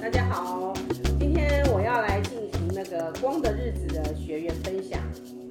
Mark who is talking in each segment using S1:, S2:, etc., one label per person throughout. S1: 大家好，今天我要来进行那个《光的日子》的学员分享。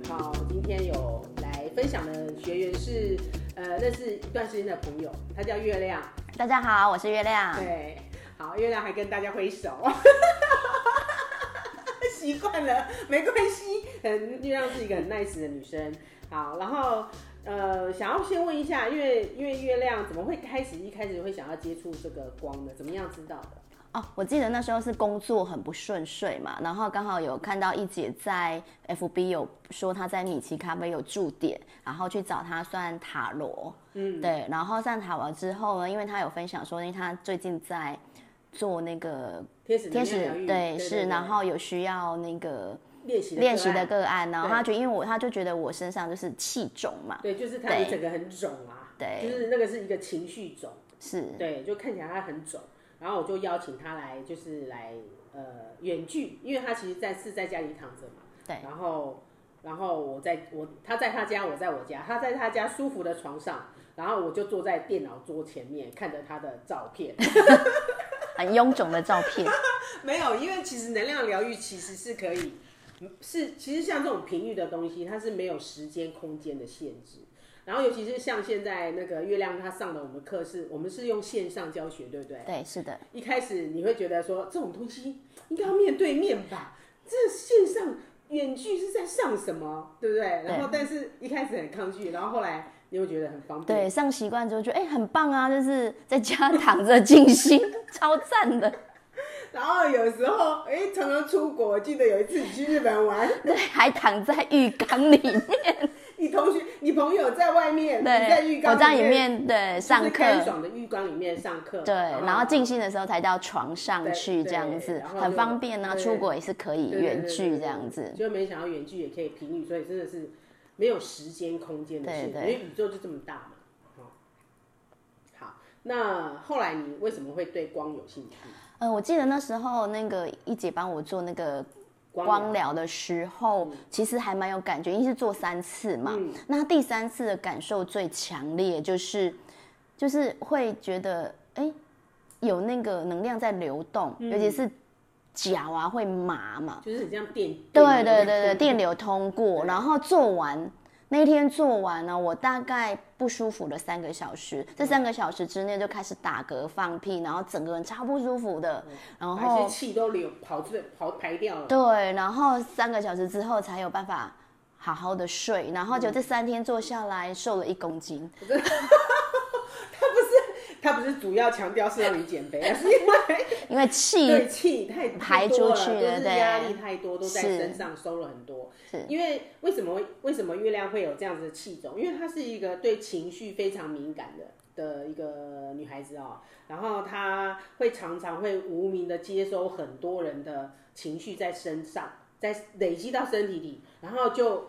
S1: 好，今天有来分享的学员是呃认识一段时间的朋友，他叫月亮。
S2: 大家好，我是月亮。
S1: 对，好，月亮还跟大家挥手， 习惯了，没关系。很，月亮是一个很 nice 的女生。好，然后呃，想要先问一下，因为因为月亮怎么会开始一开始会想要接触这个光的？怎么样知道的？
S2: 哦，我记得那时候是工作很不顺遂嘛，然后刚好有看到一姐在 FB 有说她在米奇咖啡有驻点，然后去找她算塔罗，
S1: 嗯，
S2: 对，然后算塔罗之后呢，因为她有分享说，因为她最近在做那个
S1: 天使能
S2: 天
S1: 量
S2: 使
S1: 疗，愈
S2: 对，是，然后有需要那个
S1: 练习
S2: 练习
S1: 个
S2: 的
S1: 案
S2: 个案，然后
S1: 对
S2: 她觉得，因为我她就觉得我身上就是气肿嘛，
S1: 对，就是他们
S2: 对
S1: 整个很肿啊，
S2: 对
S1: 就是那个是一个情绪肿，
S2: 是，
S1: 对，就看起来他很肿，然后我就邀请他来，就是来呃远距，因为他其实在是在家里躺着嘛，
S2: 对，
S1: 然后然后我在我他在他家，我在我家，他在他家舒服的床上，然后我就坐在电脑桌前面看着他的照片，
S2: 很臃肿的照片，
S1: 没有，因为其实能量疗愈其实是可以，是其实像这种频率的东西，它是没有时间空间的限制。然后尤其是像现在那个月亮，他上的我们课是，我们是用线上教学，对不对？
S2: 对，是的，
S1: 一开始你会觉得说这种东西应该要面对面吧，这线上远距是在上什么，对不对？然后但是一开始很抗拒，然后后来你会觉得很方便，
S2: 对，上习惯之后觉得哎、很棒啊，就是在家躺着 静心，超赞的。
S1: 然后有时候哎常常出国，我记得有一次你去日本玩，
S2: 对，还躺在浴缸里面，
S1: 你同学、你朋友在外面，你在浴
S2: 对，
S1: 缸
S2: 我在里
S1: 面
S2: 面对
S1: 就是
S2: 上课，
S1: 干爽的浴缸里面上课，
S2: 对，然后静心的时候才到床上去
S1: 对
S2: 这样
S1: 对
S2: 子
S1: 然，后
S2: 很
S1: 就
S2: 方便啊。
S1: 对
S2: 出国也是可以远距这样子，
S1: 就没想到远距也可以平语，所以真的是没有时间空间的限制，
S2: 对
S1: 因
S2: 对
S1: 为宇宙就这么大嘛。哦好，那后来你为什么会对光有兴趣？
S2: 呃，我记得那时候那个一姐帮我做那个光疗的时候，其实还蛮有感觉，因为是做三次嘛。那第三次的感受最强烈，就是就是会觉得，哎、有那个能量在流动，尤其是脚啊会麻嘛。
S1: 就是很像电，
S2: 对对对对，
S1: 电
S2: 电流通过，然后做完那天做完呢，我大概不舒服了三个小时，这三个小时之内就开始打嗝、放屁，然后整个人超不舒服的，然
S1: 把一
S2: 后
S1: 些气都流跑出来跑排掉了。
S2: 对，然后三个小时之后才有办法好好的睡，然
S1: 嗯
S2: 后就这三天做下来瘦了一 公斤，
S1: 他不是主要强调是让你减肥，而是因为
S2: 因为气
S1: 对气太
S2: 嗯排出去
S1: 了，
S2: 了
S1: 就是
S2: 对
S1: 压力太多，都在
S2: 是
S1: 身上收了很多。
S2: 是
S1: 因为为什么会为什么月亮会有这样子的气种？因为她是一个对情绪非常敏感的的一个女孩子哦，然后她会常常会无名的接收很多人的情绪在身上，在累积到身体里，然后就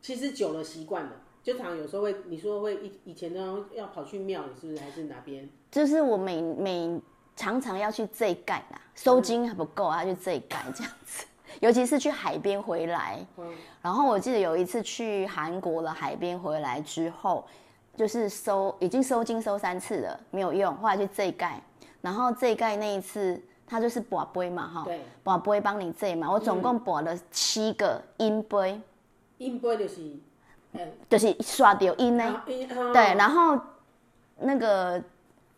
S1: 其实久了习惯了。就常有时候会，你说会以以前都要跑去庙里，是不是还是哪边？
S2: 就是我每每常常要去这一盖啦，
S1: 嗯
S2: 收金还不够啊，要去这一盖这样子，尤其是去海边回来。
S1: 嗯
S2: 然后我记得有一次去韩国的海边回来之后，就是收已经收金收三次了，没有用，后来去这一盖，然后这一盖那一次它就是拔杯嘛哈，
S1: 对，
S2: 拔杯帮你这
S1: 嗯
S2: 嘛，我总共拔了七个音杯，
S1: 应该就是，呃，
S2: 就是刷掉音呢。
S1: 啊因啊
S2: 对，然后那个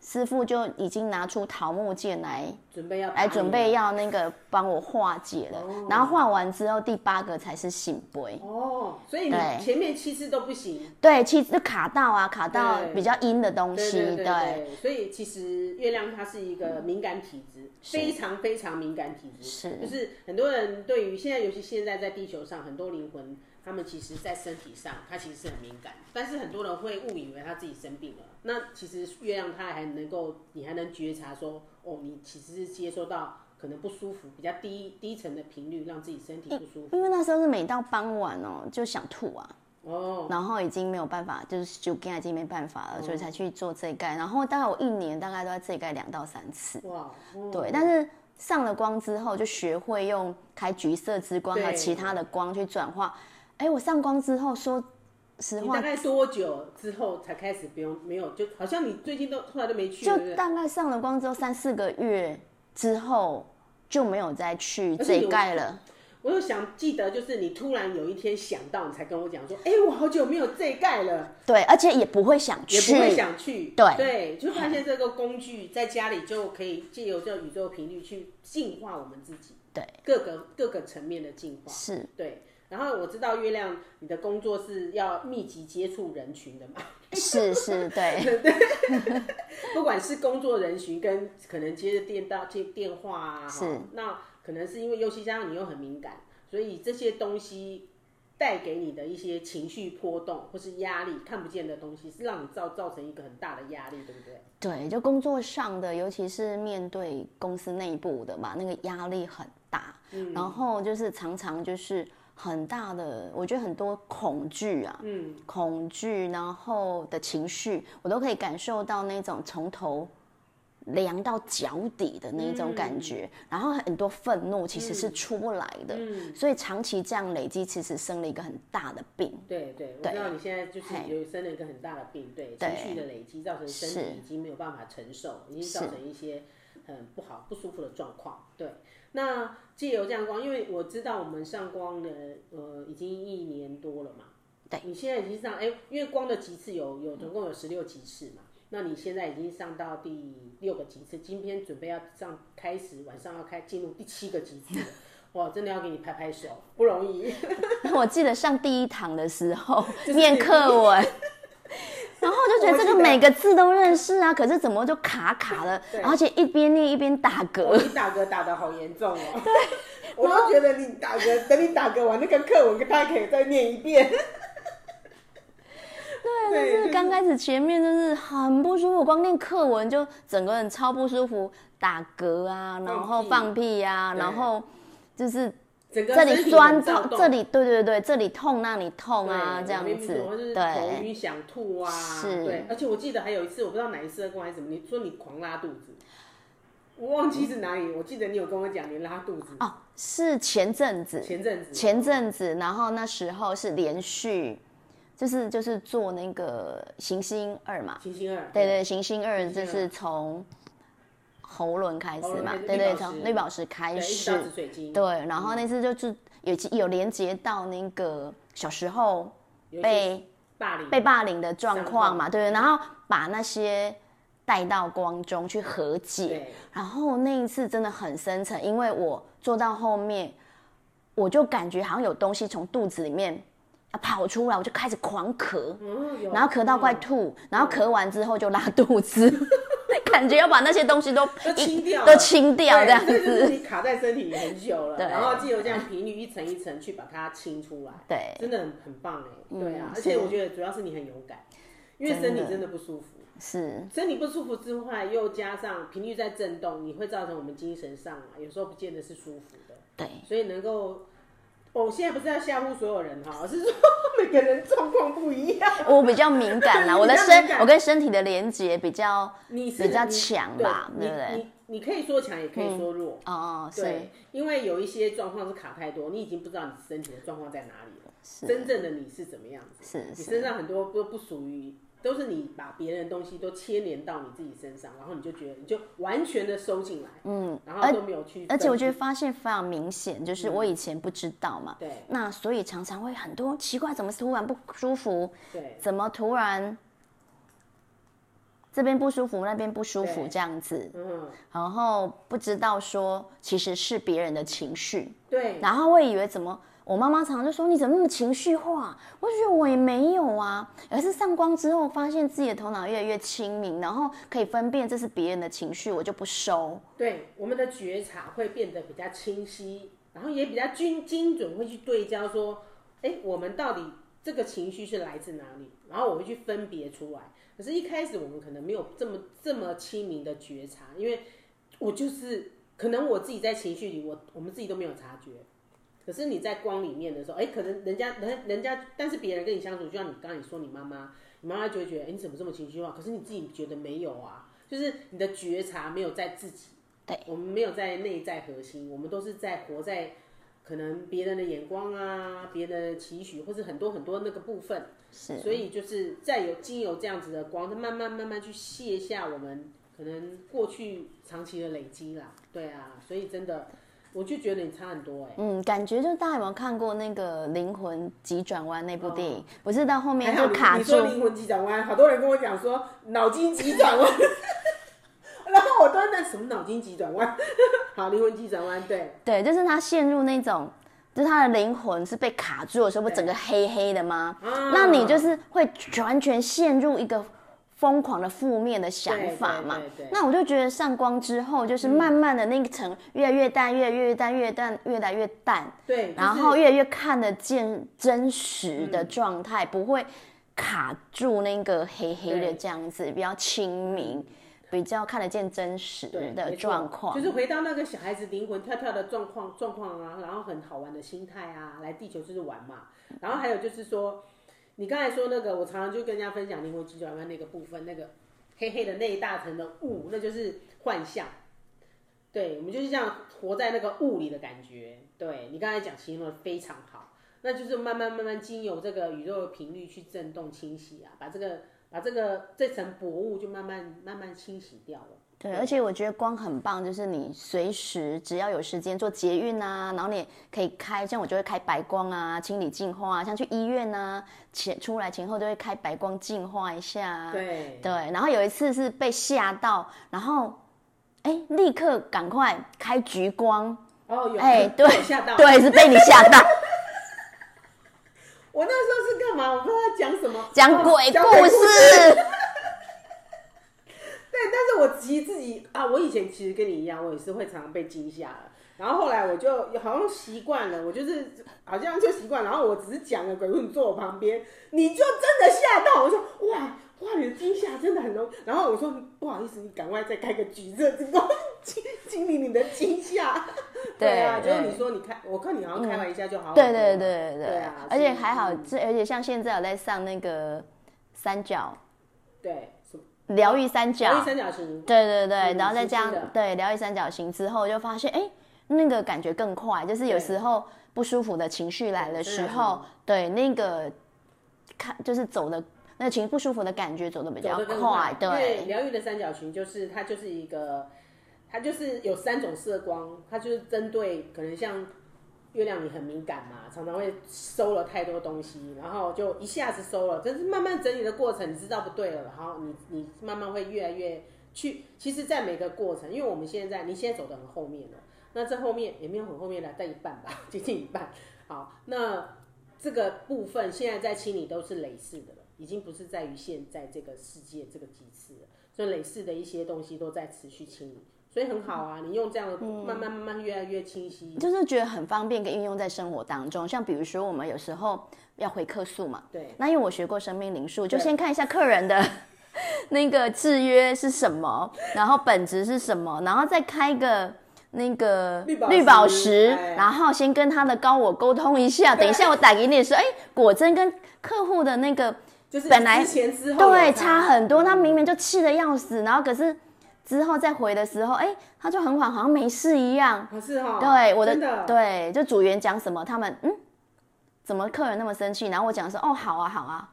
S2: 师傅就已经拿出桃木剑来，
S1: 准备要
S2: 来
S1: 拔
S2: 准
S1: 你
S2: 备要那个帮我化解了。然后化完之后，第八个才是醒杯。
S1: 哦，所以你
S2: 对
S1: 前面七次都不行，
S2: 对，其实就卡到啊，卡到
S1: 对
S2: 比较阴的东
S1: 对
S2: 西。
S1: 对对对，所以其实月亮它是一个敏感体质，非常非常敏感体质，
S2: 是
S1: 就是很多人对于现在，尤其现在在地球上，很多灵魂他们其实在身体上，它其实是很敏感，但是很多人会误以为他自己生病了，那其实月亮它还能够，你还能觉察说，哦，你其实是接收到可能不舒服，比较低低层的频率，让自己身体不舒服，
S2: 因为那时候是每到傍晚哦，就想吐啊，
S1: 哦，
S2: 然后已经没有办法，就是酒精已经没办法了，所以才去做这一盖。然后大概我一年大概都在这一盖两到三次，
S1: 哇，哦
S2: 对。但是上了光之后，就学会用开橘色之光还有
S1: 对
S2: 其他的光去转化。哎，我上光之后，说实
S1: 你
S2: 话
S1: 大，概多久之后才开始不用没有？就好像你最近都后来都没去，对不
S2: 就
S1: 对？
S2: 大概上了光之后三四个月之后就没有再去
S1: 而且
S2: 这一
S1: 有
S2: 盖了。
S1: 我有想记得，就是你突然有一天想到，你才跟我讲说，哎、我好久没有这一盖了，
S2: 对，而且也不会想
S1: 也
S2: 去，
S1: 不会想去。
S2: 对嗯
S1: 对，就发现这个工具在家里就可以借由这个宇宙频率去净化我们自己，
S2: 对，
S1: 各个各个层面的净化。
S2: 是
S1: 对，然后我知道月亮，你的工作是要密集接触人群的嘛，
S2: 是是，对。
S1: 不管是工作人群跟可能接着电到接电话啊，
S2: 是
S1: 齁那可能是因为尤其加上你又很敏感，所以这些东西带给你的一些情绪波动或是压力，看不见的东西，是让你造造成一个很大的压力，对不对？
S2: 对，就工作上的，尤其是面对公司内部的嘛，那个压力很大。然后就是常常就是很大的，我觉得很多恐惧啊，
S1: 嗯，
S2: 恐惧，然后的情绪，我都可以感受到那种从头凉到脚底的那种感觉。然后很多愤怒其实是出不来的，所以长期这样累积，其实生了一个很大的病。
S1: 对对，我
S2: 对
S1: 知道你现在就是
S2: 嘿
S1: 有生了一个很大的病，对
S2: 对
S1: 情绪的累积，造成身体
S2: 是
S1: 已经没有办法承受，已经
S2: 是
S1: 造成一些很不好不舒服的状况。对，那借由这样光，因为我知道我们上光的呃已经一年多了嘛，
S2: 对，
S1: 你现在已经上哎，因为光的几次有有总共有十六级次嘛。那你现在已经上到第六个级次，今天准备要上开始，晚上要开进入第七个级次了，哇，真的要给你拍拍手，不容易。
S2: 我记得上第一堂的时候
S1: 就是
S2: 念
S1: 你
S2: 课 文，然后就觉
S1: 我
S2: 得这
S1: 记
S2: 个
S1: 得
S2: 每个字都认识啊，可是怎么就卡卡了，
S1: 对
S2: 而且一边念一边打
S1: 我
S2: 嗝。
S1: 你打嗝打得好严重哦。对，我都觉得你打嗝，等你打嗝完那个课文，大家可以再念一遍。
S2: 对，
S1: 对
S2: 就是刚开始前面就是很不舒服，光念课文就整个人超不舒服，打嗝啊，然后放屁啊，
S1: 对
S2: 然后就是
S1: 整个
S2: 这里酸
S1: 痛
S2: 痛，，这里对对对，这里痛那里痛啊，
S1: 对
S2: 这样
S1: 我那边
S2: 子
S1: 痛就是，头
S2: 对。
S1: 晕想吐啊，
S2: 是
S1: 对。而且我记得还有一次，我不知道哪一次的公还是什么，你说你狂拉肚子，我忘记是哪里，我记得你有跟我讲你拉肚子，
S2: 哦，是前阵子，
S1: 前阵子，
S2: 前阵子，然后那时候是连续，就是就是做那个行星二嘛，
S1: 星星二，
S2: 对对，行星二
S1: 星
S2: 就
S1: 二
S2: 是从喉轮开始
S1: 喉轮
S2: 嘛
S1: 开始，
S2: 对
S1: 绿
S2: 对，
S1: 宝
S2: 从
S1: 石
S2: 绿宝石开
S1: 对，一直到
S2: 始
S1: 紫，水晶，
S2: 对，然后那次就是有有连接到那个小时候
S1: 有一些
S2: 被
S1: 霸凌，
S2: 被霸凌的状
S1: 状
S2: 况
S1: 况
S2: 嘛，对对，然后把那些带到光中去和解，
S1: 对，
S2: 然后那一次真的很深沉，因为我坐到后面，我就感觉好像有东西从肚子里面啊跑出来，我就开始狂咳，
S1: 嗯，有
S2: 然后咳到快吐，然后咳完之后就拉肚 子，感觉要把那些东西都
S1: 都清掉了
S2: 都清掉
S1: 对
S2: 这样
S1: 这就是
S2: 子。
S1: 你卡在身体里很久了，
S2: 对
S1: 然后借由这样频率一层一层去把它清出来，
S2: 对，
S1: 真的很很棒哎，对啊，
S2: 嗯
S1: 而且
S2: 是
S1: 我觉得主要是你很勇敢，因为身体真的不舒服，
S2: 是
S1: 身体不舒服之外，又加上频率在震动，你会造成我们精神上啊，有时候不见得是舒服的，
S2: 对，
S1: 所以能够。我、现在不是要吓唬所有人哈，而是说 每个人状况不一样。
S2: 我比较敏感啦，
S1: 你比较
S2: 我的身
S1: 敏感
S2: 我跟身体的连接比较，
S1: 你是
S2: 比较
S1: 你
S2: 强吧
S1: 对
S2: 对不对
S1: 你你你可以说强，也可以说弱。
S2: 哦，是
S1: 对，因为有一些状况是卡太多，你已经不知道你身体的状况在哪里了。真正的你是怎么样子？
S2: 是
S1: 你
S2: 是
S1: 身上很多都不属于，都是你把别人的东西都牵连到你自己身上，然后你就觉得你就完全的收进来，嗯，然后都没有去分，
S2: 而且我觉得发现非常明显，就是我以前不知道嘛，
S1: 嗯对
S2: 那所以常常会很多奇怪，怎么突然不舒服，
S1: 对
S2: 怎么突然这边不舒服，那边不舒服
S1: 对
S2: 这样子，
S1: 嗯
S2: 然后不知道说其实是别人的情绪，
S1: 对
S2: 然后会以为怎么。我妈妈常常就说：“你怎么那么情绪化？”我就觉得我也没有啊，而是上光之后发现自己的头脑越来越清明，然后可以分辨这是别人的情绪，我就不收。
S1: 对，我们的觉察会变得比较清晰，然后也比较精精准，会去对焦说，哎，我们到底这个情绪是来自哪里？然后我会去分别出来。可是，一开始我们可能没有这么这么清明的觉察，因为我就是可能我自己在情绪里，我我们自己都没有察觉。可是你在光里面的时候，哎，可能人家人人家，但是别人跟你相处，就像你刚刚你说你妈妈，你妈妈就会觉得，哎，你怎么这么情绪化？可是你自己觉得没有啊，就是你的觉察没有在自己。
S2: 对，
S1: 我们没有在内在核心，我们都是在活在可能别人的眼光啊、别人的期许，或是很多很多那个部分。
S2: 是，
S1: 所以就是在有经由这样子的光，它慢慢慢慢去卸下我们可能过去长期的累积啦。对啊，所以真的，我就觉得你差很多哎、
S2: 嗯，感觉就大家有没有看过那个《灵魂急转弯》那部电影？
S1: 哦
S2: 不是到后面
S1: 还
S2: 就
S1: 好你
S2: 卡
S1: 你
S2: 住
S1: 说，灵魂急转弯，好多人跟我讲说脑筋急转弯， 然后我都在什么脑筋急转弯？ 好，灵魂急转弯，对，
S2: 对，就是他陷入那种，就是他的灵魂是被卡住的时候，不
S1: 对
S2: 整个黑黑的吗？
S1: 啊
S2: 那你就是会完全陷入一个疯狂的负面的想法嘛
S1: 对对对对？嗯
S2: 那我就觉得上光之后，就是慢慢的那一层越来越淡，越来越淡，越淡，越来越淡，
S1: 对，就是嗯
S2: 然后越来越看得见真实的状态，不会卡住那个黑黑的
S1: 对
S2: 这样子，比较清明，比较看得见真实
S1: 对
S2: 的
S1: 没错
S2: 状况。
S1: 就是回到那个小孩子灵魂跳跳的状况状况啊，然后很好玩的心态啊，来地球就是玩嘛。然后还有就是说，你刚才说那个，我常常就跟人家分享灵魂急转弯那个部分，那个黑黑的那一大层的雾，那就是幻象。对，我们就是这样活在那个雾里的感觉。对你刚才讲形容的非常好，那就是慢慢慢慢经由这个宇宙的频率去震动清洗啊，把这个把这个这层薄雾就慢慢慢慢清洗掉了。
S2: 对，而且我觉得光很棒，就是你随时只要有时间做捷运啊，然后你也可以开，像我就会开白光啊，清理净化啊，像去医院啊，前出来前后都会开白光净化一下啊。
S1: 对
S2: 对，然后有一次是被吓到，然后哎，立刻赶快开橘光，
S1: 哦，有
S2: 哎，对
S1: 有，吓到。
S2: 对，是被你吓 到，
S1: 我那时候是干嘛？我不知道他讲什么，
S2: 讲
S1: 哦
S2: 鬼
S1: 讲
S2: 故事。
S1: 对，但是我其实自己啊，我以前其实跟你一样，我也是会常常被惊吓的。然后后来我就好像习惯了，我就是好像就习惯。然后我只是讲了鬼故事，你坐我旁边，你就真的吓到。我说哇哇，你的惊吓真的很浓。然后我说不好意思，你赶快再开个 橘色之光，经经历你的惊吓。
S2: 对
S1: 啊，就是
S2: 对嗯
S1: 你说你开，我看你好像开玩一下就好好多
S2: 对
S1: 了。
S2: 对对对
S1: 对啊所
S2: 而且
S1: 以
S2: 还好，
S1: 嗯
S2: 这而且像现在我在上那个三角
S1: 对，什么？
S2: 疗愈三角，
S1: 关于三角形，
S2: 对啊对对，
S1: 嗯
S2: 然后再加
S1: 是
S2: 上
S1: 的
S2: 对疗愈三角形之后，就发现哎，那个感觉更快，就是有
S1: 对
S2: 时候不舒服的情绪来的
S1: 对啊
S2: 时
S1: 真的
S2: 候，对那个看就是走的那个情不舒服的感觉走的比较
S1: 走得更
S2: 快，
S1: 因为
S2: 对
S1: 疗愈的三角形就是它就是一个，它就是有三种色光，它就是针对可能像月亮你很敏感嘛，常常会收了太多东西，然后就一下子收了，但是慢慢整理的过程，你知道不对了，然后你你慢慢会越来越去，其实，在每个过程，因为我们现在你现在走的很后面了，那这后面也没有很后面了，在一半吧， 接近一半。好，那这个部分现在在清理都是累世的了，已经不是在于现在这个世界这个几次了，所以累世的一些东西都在持续清理，所以很好啊，
S2: 嗯
S1: 你用这样的慢慢慢慢越来越清晰，
S2: 就是觉得很方便，可以运用在生活当中。像比如说我们有时候要回客诉嘛，
S1: 对
S2: 那因为我学过生命灵数，就
S1: 对
S2: 先看一下客人的 那个制约是什么，然后本质是什么，然后再开一个。那个
S1: 绿宝石哎
S2: 然后先跟他的高我沟通一下。等一下我打给你的时候，哎，果真跟客户的那个
S1: 就是
S2: 嗯本来
S1: 之前之后嗯
S2: 对
S1: 有
S2: 差很多，他明明就气得要死，然后可是之后再回的时候，哎，他就很缓，好像没事一样。
S1: 可是哈，
S2: 对，我的
S1: 真的
S2: 对，就组员讲什么，他们嗯，怎么客人那么生气？然后我讲说，哦，好啊，好啊，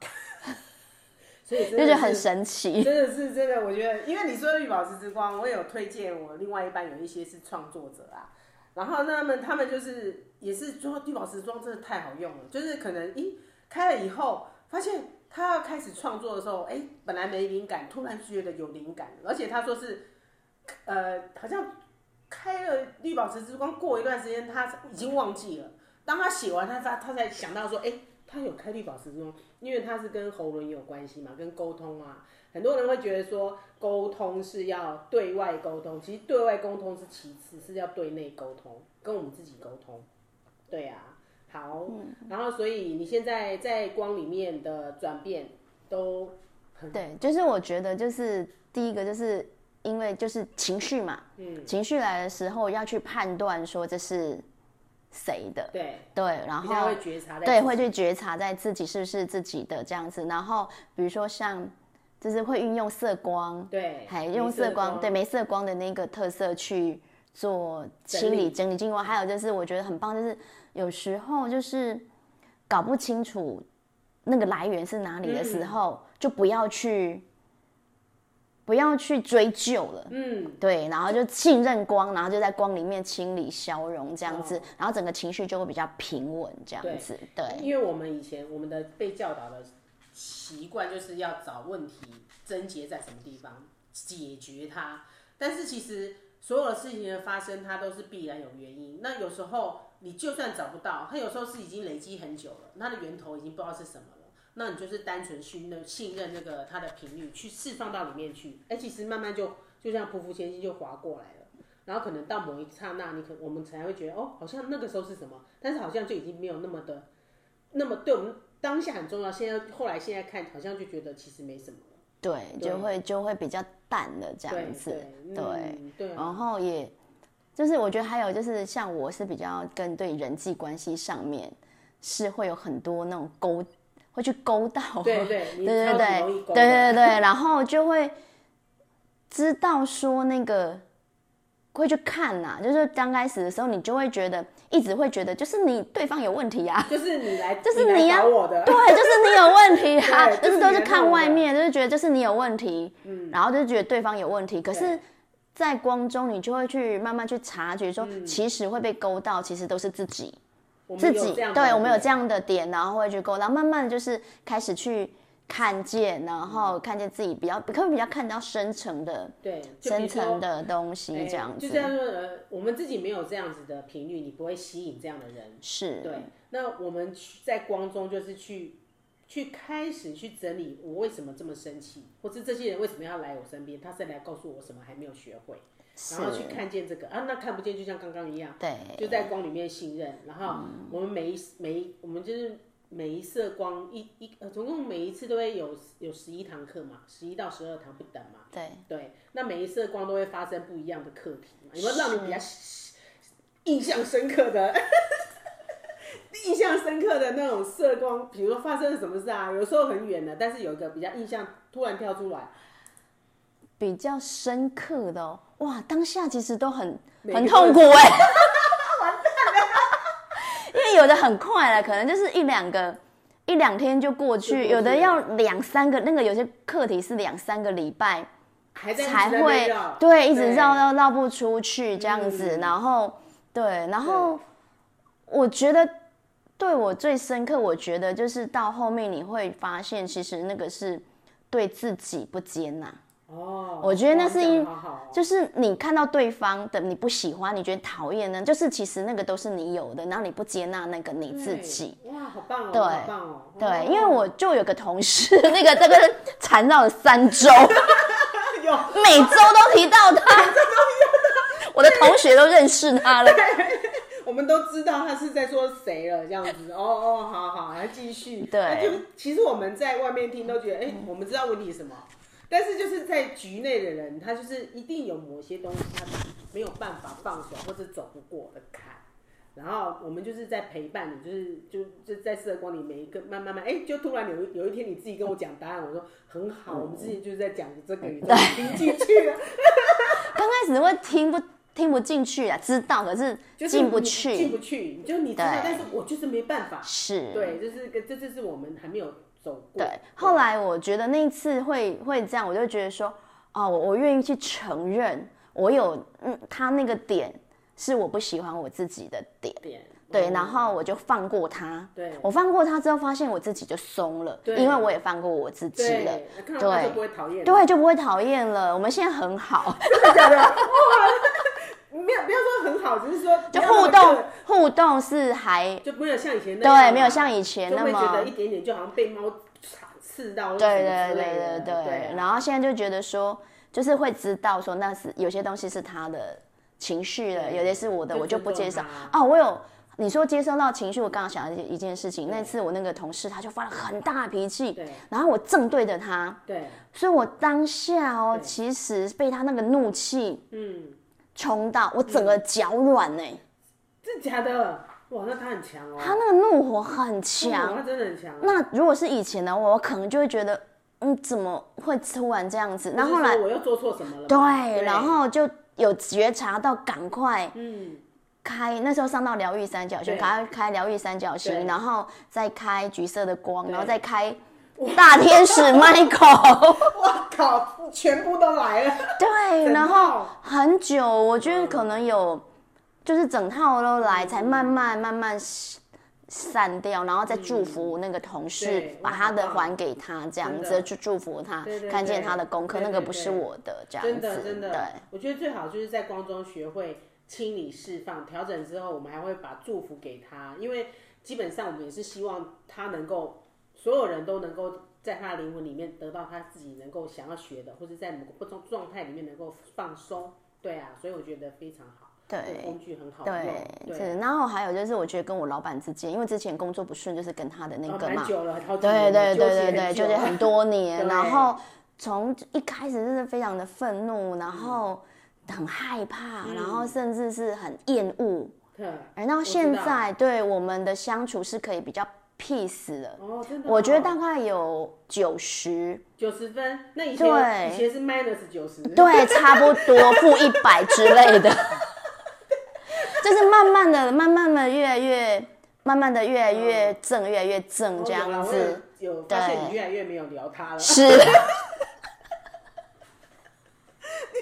S1: 所以真的
S2: 就觉
S1: 是
S2: 得很神奇。
S1: 真的是真的，我觉得，因为你说绿宝石之光，我也有推荐我另外一半有一些是创作者啊，然后那他们他们就是也是说绿宝石之光真的太好用了，就是可能一开了以后发现。他要开始创作的时候，哎、本来没灵感，突然觉得有灵感，而且他说是，呃，好像开了绿宝石之光，过一段时间他已经忘记了。当他写完，他他他才想到说，哎、他有开绿宝石之光，因为他是跟喉咙有关系嘛，跟沟通啊，很多人会觉得说沟通是要对外沟通，其实对外沟通是其次，是要对内沟通，跟我们自己沟通。对呀、好，
S2: 嗯
S1: 然后所以你现在在光里面的转变都很
S2: 对，就是我觉得就是第一个就是因为就是情绪嘛，
S1: 嗯
S2: 情绪来的时候要去判断说这是谁的，
S1: 对，
S2: 对，然
S1: 比较
S2: 后
S1: 会觉察在
S2: 对
S1: 自己
S2: 会去觉察在自己是不是自己的这样子，然后比如说像就是会运用色光，
S1: 对，
S2: 还
S1: 没
S2: 用
S1: 色
S2: 色光对没色光的那个特色去做清理整理经过，还有就是我觉得很棒，就是有时候就是搞不清楚那个来源是哪里的
S1: 嗯
S2: 时候，就不要去不要去追究了，
S1: 嗯，
S2: 对，然后就信任光，然后就在光里面清理消融这样子
S1: 哦，
S2: 然后整个情绪就会比较平稳这
S1: 对
S2: 样子，对，
S1: 因为我们以前我们的被教导的习惯就是要找问题症结在什么地方，解决它。但是其实所有的事情的发生，它都是必然有原因。那有时候你就算找不到，它有时候是已经累积很久了，它的源头已经不知道是什么了。那你就是单纯信任信任那个它的频率，去释放到里面去。哎、其实慢慢就就像匍匐前进就划过来了。然后可能到某一刹那，你可我们才会觉得哦，好像那个时候是什么，但是好像就已经没有那么的那么对我们当下很重要。现在后来现在看，好像就觉得其实没什么了。
S2: 对，就会就会比较淡了这
S1: 对
S2: 样子，
S1: 对
S2: 对。哦
S1: 嗯对啊
S2: 然后也就是我觉得还有就是像我是比较跟对人际关系上面是会有很多那种勾，会去勾到，
S1: 对对，
S2: 对对
S1: 你
S2: 对
S1: 超级容易
S2: 对
S1: 勾的，
S2: 对对，然后就会知道说那个会去看呐、就是刚开始的时候，你就会觉得一直会觉得就是你对方有问题啊，
S1: 就是你来，
S2: 就是
S1: 你
S2: 你
S1: 来
S2: 啊
S1: 搞我的，
S2: 对，就是你有问题啊，
S1: 对
S2: 就
S1: 就是是
S2: 都
S1: 你
S2: 是
S1: 的
S2: 看
S1: 弄
S2: 外
S1: 的
S2: 面，就是觉得就是你有问题，
S1: 嗯
S2: 然后就觉得对方有问题，可是
S1: 对。
S2: 在光中，你就会去慢慢去察觉，说
S1: 嗯
S2: 其实会被勾到，其实都是自己，
S1: 我
S2: 自
S1: 们
S2: 己
S1: 有这样
S2: 对我们有
S1: 子
S2: 这样的点，然后会去勾到，慢慢就是开始去看见，然
S1: 嗯
S2: 后看见自己比较，可能比较看到深层的、
S1: 对就比
S2: 深
S1: 如说
S2: 层的东西
S1: 哎
S2: 这样
S1: 就这
S2: 子，
S1: 样说，呃，我们自己没有这样子的频率，你不会吸引这样的人。
S2: 是，
S1: 对，那我们去在光中就是去去开始去整理我为什么这么生气，或是这些人为什么要来我身边，他是来告诉我什么还没有学会，
S2: 是
S1: 然，后去看见这个啊，那看不见就像刚刚一样，
S2: 对，
S1: 就在光里面信任，然后
S2: 嗯
S1: 我们每一每一我们就是。每一色光一一呃，总共每一次都会有有十一堂课嘛，十一到十二堂不等嘛。
S2: 对，
S1: 对，那每一色光都会发生不一样的课题嘛，有没有让你比较印象深刻的、 印象深刻的那种色光？比如说发生了什么事啊？有时候很远的，但是有一个比较印象突然跳出来，
S2: 比较深刻的、哦，哇，当下其实都很
S1: 每个
S2: 很
S1: 都
S2: 痛 苦哎、因为有的很快了，可能就是一两个一两天就过去，
S1: 就过去
S2: 有的要两三个，那个有些课题是两三个礼拜
S1: 还在一直
S2: 才
S1: 在那
S2: 会
S1: 绕
S2: 对，一直绕绕绕不出去这样子，
S1: 嗯
S2: 然后对，然后我觉得对我最深刻，我觉得就是到后面你会发现，其实那个是对自己不接纳。
S1: 哦，
S2: 我觉得那是
S1: 哇
S2: 因
S1: 你讲得好好哦
S2: 就是你看到对方的你不喜欢，你觉得讨厌呢，就是其实那个都是你有的，然后你不接纳那个你自己。
S1: 对哇，好棒哦，
S2: 对
S1: 好棒哦，
S2: 对
S1: 哦，
S2: 因为 我就有个同事，那个这个缠绕了 三周，
S1: 有
S2: 每周都提到他，我的同学都认识 他了。
S1: 我们都知道他是在说谁了，这样子。哦哦，好好，来继续。
S2: 对
S1: 那就其实我们在外面听都觉得，哎、我们知道问题是什么，但是就是在局内的人，他就是一定有某些东西他没有办法放手或者走不过的坎。然后我们就是在陪伴你，就是就就在社光里每一个慢慢慢，哎，就突然有一有一天你自己跟我讲答案，我说很好，
S2: 嗯
S1: 我们之前就是在讲这个，你都啊听进去了，
S2: 刚开始会听不听不进去啊，知道可是
S1: 就是
S2: 进不
S1: 你进
S2: 去，
S1: 不去，你就你知道
S2: 对，
S1: 但是我就是没办法，
S2: 是
S1: 对，这是个，这就是我们还没有走过。
S2: 对，后来我觉得那一次会会这样，我就觉得说，哦，我我愿意去承认，我有嗯，他那个点是我不喜欢我自己的点，
S1: 点
S2: 对，
S1: 嗯
S2: 然后我就放过他，
S1: 对
S2: 我放过他之后，发现我自己就松了，
S1: 对
S2: 因为我也放过我自己了，
S1: 对，看到他就不会讨厌。，
S2: 对，就不会讨厌了。我们现在很 好，
S1: 真的假的？哇，没有，不要说很好，只是说
S2: 就
S1: 不要那
S2: 互
S1: 么
S2: 动互动是还
S1: 就没有像以前那样
S2: 对，
S1: 嘛
S2: 没有像以前
S1: 啊就
S2: 那
S1: 会觉
S2: 么
S1: 得一点点就好像被猫插刺到或者什
S2: 对对
S1: 么之
S2: 对
S1: 类的，
S2: 对对
S1: 对啊，
S2: 然后现在就觉得说，就是会知道说那是有些东西是他的情绪了，
S1: 对
S2: 有些是我的，
S1: 就
S2: 我就
S1: 尊
S2: 不
S1: 重
S2: 接受。
S1: 他
S2: 哦，我有你说接收到情绪，我刚刚想到一一件事情，那次我那个同事他就发了很大的脾气
S1: 对，
S2: 然后我正对着他，
S1: 对，
S2: 所以我当下哦，
S1: 对
S2: 其实被他那个怒气
S1: 嗯，
S2: 冲到，我整个脚软呢、
S1: 真假的？哇，那他很强哦，
S2: 他那个怒火很强
S1: 哇，他真的很强。哦
S2: 那如果是以前的我，我可能就会觉得，嗯，怎么会突然这样子？那后
S1: 就是
S2: 来，
S1: 说我又做错什么了吗？
S2: 对，然后就有觉察到，赶快嗯。开那时候上到疗愈三角形，
S1: 对
S2: 开开疗愈三角
S1: 对
S2: 形，然后再开橘色的光，
S1: 对
S2: 然后再开大天使 Michael，
S1: 我靠，全部都来了，
S2: 对，然后
S1: 后
S2: 很久，我觉得可能有，就是整套都来，才慢慢慢慢散散掉，然后再祝福那个同事
S1: 嗯对，
S2: 把他
S1: 哇
S2: 的
S1: 好棒
S2: 还给他，这样
S1: 真
S2: 子
S1: 的
S2: 去祝福他
S1: 对对，
S2: 看见
S1: 对
S2: 他的功课，
S1: 对
S2: 那
S1: 对
S2: 个不是
S1: 对
S2: 我的，这样
S1: 真
S2: 子，
S1: 的真的，
S2: 对。
S1: 我觉得最好就是在光中学会清理、释放、调整之后，我们还会把祝福给他，因为基本上我们也是希望他能够，所有人都能够在他的灵魂里面得到他自己能够想要学的，或者在某个不同状态里面能够放松。对啊，所以我觉得非常好，
S2: 对
S1: 这个工具很好用
S2: 对，，是，然后还有就是，我觉得跟我老板之间，因为之前工作不顺，就是跟他的那
S1: 哦
S2: 个嘛
S1: 蛮，久了，好几
S2: 对
S1: 年
S2: 对
S1: 了
S2: 对对对，
S1: 纠结
S2: 纠结
S1: 很
S2: 很
S1: 久
S2: 多年，
S1: 对
S2: 然后从一开始就是非常的愤怒，
S1: 嗯
S2: 然后很害怕，然后甚至是很厌恶，
S1: 了，
S2: 哎
S1: 嗯
S2: 然
S1: 我
S2: 后
S1: 知
S2: 现
S1: 道
S2: 在对我们的相处是可以比较 peace 的，
S1: 哦，真的哦、
S2: 我觉得大概有九十，
S1: 九十分，那以前
S2: 对
S1: 以前是 minus 九十，
S2: 对，差不多负一百之类的， 就是慢慢的、慢慢的、越来越、慢慢的、越来越正、越来越正这样
S1: 哦
S2: 子，
S1: 有啦我有有发现你
S2: 对
S1: 越来越没有聊他了，
S2: 是。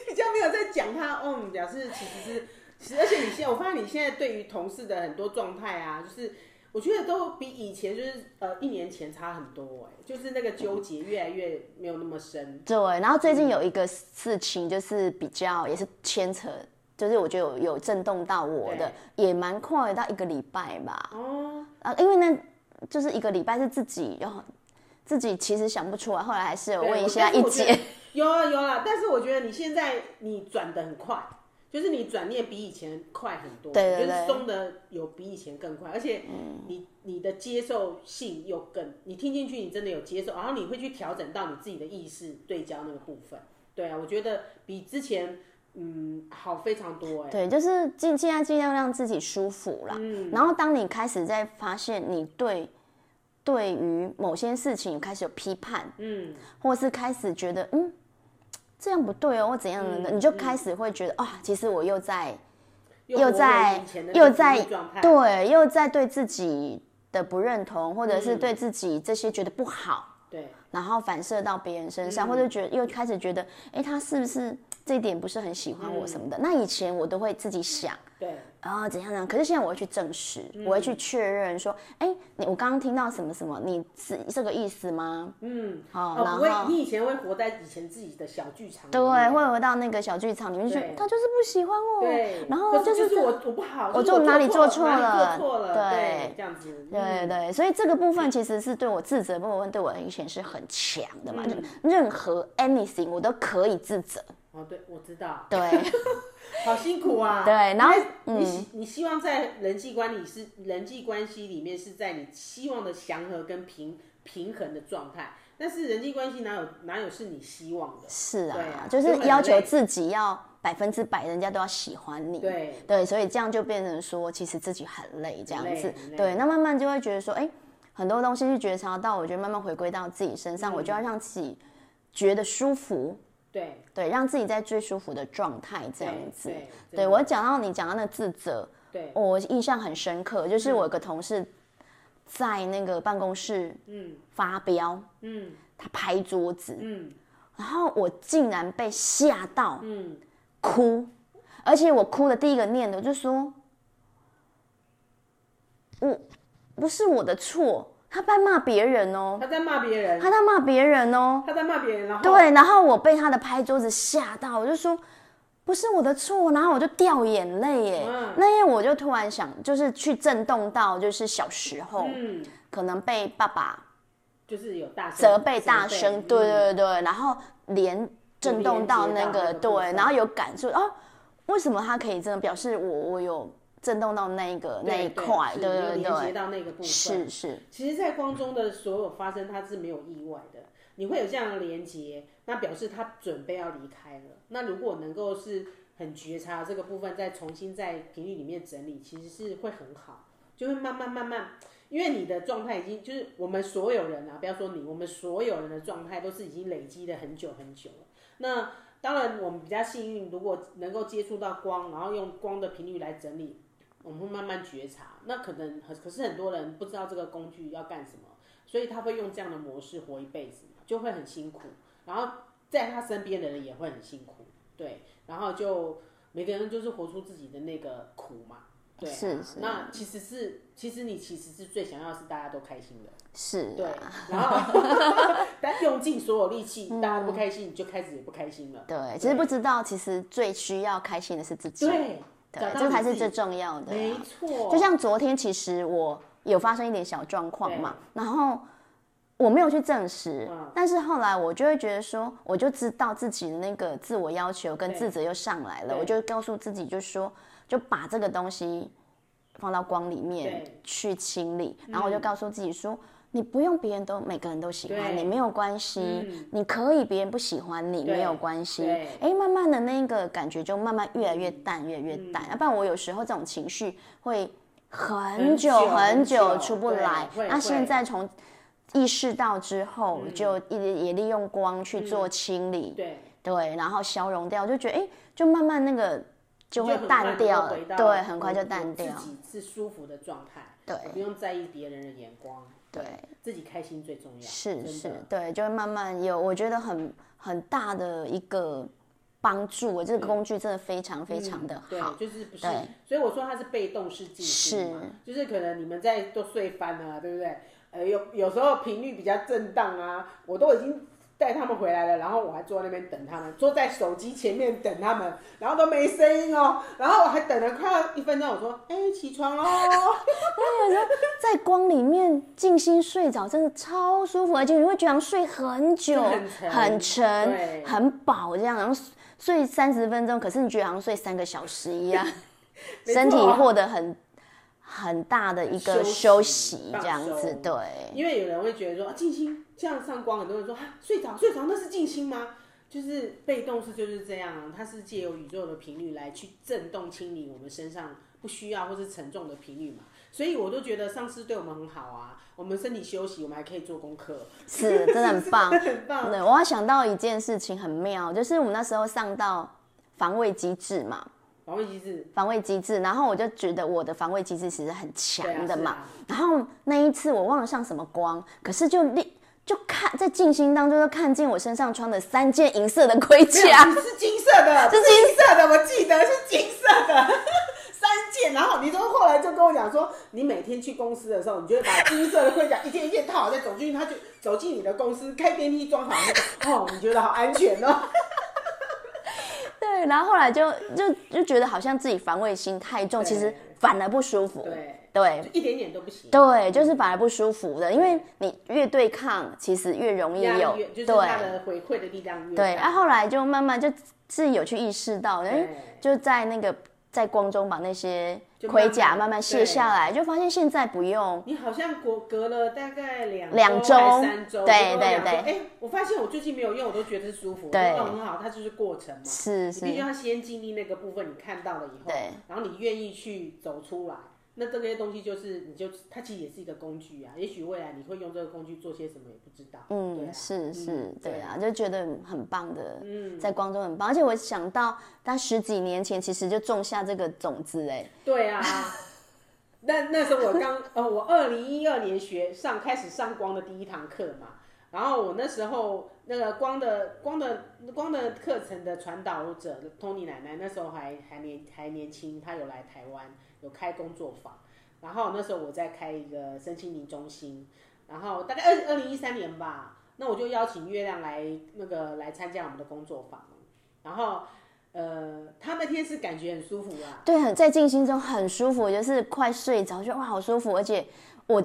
S1: 比较没有在讲他。哦，你表示其实是，其实而且你现在，我发现你现在对于同事的很多状态啊，就是我觉得都比以前就是呃一年前差很多哎、就是那个纠结越来越没有那么深。
S2: 对，然后最近有一个事情，就是比较也是牵扯，就是我觉得有有震动到我的，也蛮快的，到一个礼拜吧。
S1: 哦，
S2: 啊，因为呢，就是一个礼拜是自己，然后自己其实想不出来，后来还是有
S1: 对
S2: 问一
S1: 我
S2: 下
S1: 但是
S2: 一
S1: 我觉
S2: 姐
S1: 得。有啊有啊，但是我觉得你现在你转的很快，就是你转念比以前快很多，
S2: 对对
S1: 我觉得
S2: 对嗯
S1: 松的有比以前更快，而且你你的接受性又更，你听进去你真的有接受，然后你会去调整到你自己的意识对焦那个部分，对啊，我觉得比之前嗯好非常多哎、
S2: 对，就是尽尽量尽量让自己舒服啦。
S1: 嗯
S2: 然后当你开始在发现你对对于某些事情开始有批判，
S1: 嗯，
S2: 或是开始觉得嗯这样不对哦，或怎样的，
S1: 嗯
S2: 你就开始会觉得啊、其实我又在
S1: 活
S2: 又
S1: 回
S2: 在
S1: 以前的那个
S2: 又
S1: 情
S2: 在
S1: 绪状态，
S2: 对又在对自己的不认同，或者是对
S1: 嗯
S2: 自己这些觉得不好，
S1: 对
S2: 然后反射到别人身
S1: 嗯
S2: 上，或者觉得又开始觉得，哎，他是不是这一点不是很喜欢我什
S1: 嗯
S2: 么的？那以前我都会自己想。
S1: 对，
S2: 然后哦怎样怎样，可是现在我会去证实，
S1: 嗯
S2: 我会去确认说，哎，你我刚刚听到什么什么，你是这个意思吗？
S1: 嗯，
S2: 好
S1: 哦，不
S2: 然
S1: 会，
S2: 后
S1: 你以前会活在以前自己的小剧场里面，
S2: 对，会回到那个小剧场里面去
S1: 对，
S2: 他就是不喜欢我，
S1: 对，
S2: 然
S1: 或
S2: 后
S1: 者就是
S2: 这
S1: 我我不好，
S2: 我
S1: 就是我
S2: 做哪里做
S1: 错
S2: 错
S1: 哪里
S2: 了
S1: 做错了，
S2: 对
S1: 对，这样子，嗯
S2: 对对，所以这个部分其实是对我自责部分，对我以前是很强的嘛，
S1: 嗯
S2: 就任何 anything 我都可以自责。
S1: 哦，对，我知道，
S2: 对
S1: 好辛苦啊，
S2: 对，然后
S1: 因为你
S2: 嗯，
S1: 希你希望在人际关系是人际关系里面是在你希望的祥和跟平平衡的状态，但是人际关系哪有哪有是你希望的？
S2: 是啊，
S1: 对啊
S2: 就是
S1: 就很
S2: 要求
S1: 累
S2: 自己要百分之百，人家都要喜欢你。
S1: 对
S2: 所以这样就变成说，其实自己很累这样
S1: 很累
S2: 子
S1: 很。累
S2: 对，那慢慢就会觉得说，哎、很多东西是觉察到，我觉得慢慢回归到自己身上，我就
S1: 嗯
S2: 要让自己觉得舒服，
S1: 对，
S2: 对，让自己在最舒服的状态这样子。
S1: 对
S2: 对我讲到你讲到那个自责，
S1: 对
S2: 我印象很深刻，就是
S1: 嗯
S2: 我有个同事在那个办公室
S1: 嗯
S2: 发飙，
S1: 嗯
S2: 他拍桌子，
S1: 嗯
S2: 然后我竟然被吓到
S1: 嗯，
S2: 哭，而且我哭的第一个念头就说，我不是我的错，他在骂别人哦，
S1: 他在骂别人，
S2: 他在骂别人哦，
S1: 他在骂别人，然后
S2: 对，然后我被他的拍桌子吓到，我就说不是我的错，然后我就掉眼泪耶。
S1: 嗯
S2: 那因为我就突然想，就是去震动到，就是小时候、
S1: 嗯，
S2: 可能被爸爸
S1: 就是有大声
S2: 责备大声，对
S1: 嗯
S2: 对对，然后连震动到那
S1: 连接到那个
S2: 个
S1: 部
S2: 对，
S1: 分
S2: 然后有感触哦，为什么他可以这样表示我我有震动到那一个那一块，
S1: 是
S2: 对
S1: 你有
S2: 对
S1: 连接
S2: 对，
S1: 到那个部分。
S2: 是是，
S1: 其实，在光中的所有发生，它是没有意外的。你会有这样的连接，那表示他准备要离开了。那如果能够是很觉察这个部分，再重新在频率里面整理，其实是会很好，就会慢慢慢慢，因为你的状态已经就是我们所有人啊，不要说你，我们所有人的状态都是已经累积了很久很久了。那当然，我们比较幸运，如果能够接触到光，然后用光的频率来整理，我们会慢慢觉察。那可能很，可是很多人不知道这个工具要干什么，所以他会用这样的模式活一辈子，就会很辛苦。然后在他身边的人也会很辛苦，对。然后就每个人就是活出自己的那个苦嘛，对啊、
S2: 是是
S1: 那其实是，其实你其实是最想要是大家都开心的。
S2: 是
S1: 对
S2: 啊，，
S1: 然 后但用尽所有力气，大家不开心，你就开始也不开心了。
S2: 对，其实不知道，其实最需要开心的是自己，
S1: 对，找
S2: 对，
S1: 到
S2: 这才
S1: 你自
S2: 是
S1: 己
S2: 最重要的啊。
S1: 没错，
S2: 就像昨天，其实我有发生一点小状况嘛，然后我没有去证实，
S1: 嗯
S2: 但是后来我就会觉得说，我就知道自己的那个自我要求跟自责又上来了，
S1: 对
S2: 我就告诉自己，就说就把这个东西放到光里面
S1: 对嗯
S2: 去清理，然后我就告诉自己说。你不用别人都每个人都喜欢
S1: 对嗯
S2: 你，没有关系，你可以别人不喜欢你
S1: 对
S2: 没有关系。
S1: 对
S2: 哎，慢慢的那个感觉就慢慢越来越
S1: 嗯
S2: 淡，越来越淡。啊要不然我有时候这种情绪会
S1: 很
S2: 很久
S1: 久
S2: 很久
S1: 很久
S2: 出不来。
S1: 对会
S2: 那现
S1: 会嗯
S2: 在从意识到之后，就也也利用光去做清理，
S1: 对，
S2: 对，然后消融掉，就觉得哎，就慢慢那个就会
S1: 很快
S2: 淡
S1: 就
S2: 掉了
S1: 回，到
S2: 对，很快
S1: 我
S2: 就
S1: 我
S2: 淡掉，
S1: 自己是舒服的状态，
S2: 对
S1: 我不用在意别人的眼光，
S2: 对，
S1: 自己开心最重要，
S2: 是
S1: 真
S2: 是
S1: 的，
S2: 对，就会慢慢有，我觉得很很大的一个帮助。我这个工具真的非常非常的
S1: 嗯对
S2: 好，，
S1: 就是不是
S2: 对，
S1: 所以我说它是被动式进行嘛，就是可能你们在都睡翻了啊，对不对？呃，有有时候频率比较震荡啊，我都已经带他们回来了，然后我还坐在那边等他们，坐在手机前面等他们，然后都没声音哦，然后我还等了快要一分钟，我说，哎、起床喽，
S2: 在光里面静心睡着，真的超舒服，而且你会觉得好像睡很久，
S1: 就很沉
S2: 很沉
S1: 对
S2: 很饱这样，然后睡三十分钟，可是你觉得好像睡三个小时一样，
S1: 没错哦
S2: 身体获得很很大的一个休
S1: 休
S2: 息
S1: 息
S2: 这样
S1: 放
S2: 子，
S1: 松
S2: 对，
S1: 因为有人会觉得说啊，静心这样上光，很多人说啊，睡着睡着那是静心吗？就是被动式就是这样啊，它是借由宇宙的频率来去震动清理我们身上不需要或是沉重的频率嘛。所以我都觉得上师对我们很好啊，我们身体休息，我们还可以做功课，
S2: 是真的很棒，
S1: 很棒。
S2: 对，我还想到一件事情很妙，就是我们那时候上到防卫机制嘛，
S1: 防卫机制，
S2: 防卫机制，然后我就觉得我的防卫机制其实很强的嘛。
S1: 对啊
S2: 然后那一次我忘了上什么光，可是就立就看在静心当中就看见我身上穿的三件银色的盔
S1: 没有
S2: 甲，
S1: 你是金色的，
S2: 是
S1: 是金色的，我记得是金色的。三件，然后你说后来就跟我讲说，你每天去公司的时候，你就会把金色的盔甲一件一件套好，再走进去，他就走进你的公司，开电梯装好那个，哦，你觉得好安全哦。
S2: 对，然后后来就就就觉得好像自己防卫心太重，
S1: 对
S2: 其实反而不舒服。
S1: 对
S2: 对
S1: 就一点点都不行，
S2: 对，就是反而不舒服的，因为你越对抗，其实越容易
S1: 压
S2: 有
S1: 力越就是
S2: 对
S1: 他的回馈的力量越
S2: 对，啊
S1: 大
S2: 然、后后来就慢慢就自己有去意识到，哎，就在那个在光中把那些
S1: 就慢
S2: 盔
S1: 慢
S2: 甲慢慢卸
S1: 对
S2: 下来，就发现现在不用。
S1: 你好像隔隔了大概两
S2: 两周
S1: 周还三周，
S2: 对
S1: 你跟我讲说
S2: 对
S1: 哎、我发现我最近没有用，我都觉得是舒服，
S2: 对
S1: 我说哦很好，它就是过程嘛。
S2: 是
S1: 你必须
S2: 是，
S1: 要先经历那个部分，你看到了以后，
S2: 对，
S1: 然后你愿意去走出来，那这些东西就是你就它其实也是一个工具啊，也许未来你会用这个工具做些什么也不知道，对
S2: 嗯，
S1: 啊
S2: 是是，对
S1: 对嗯
S2: 啊，就觉得很棒的，在光中很棒。而且我想到，他十几年前其实就种下这个种子，哎，
S1: 对啊。 那那时候我刚呃，我二零一二年学上开始上光的第一堂课嘛，然后我那时候那个光的光的光的课程的传导者 Tony 奶奶那时候还还年还年轻，她有来台湾有开工作坊，然后那时候我在开一个身心灵中心，然后大概二二零一三年吧，那我就邀请月亮来那个来参加我们的工作坊，然后呃，他那天是感觉很舒服啊，
S2: 对，很在静心中很舒服，就是快睡着，就哇好舒服，而且我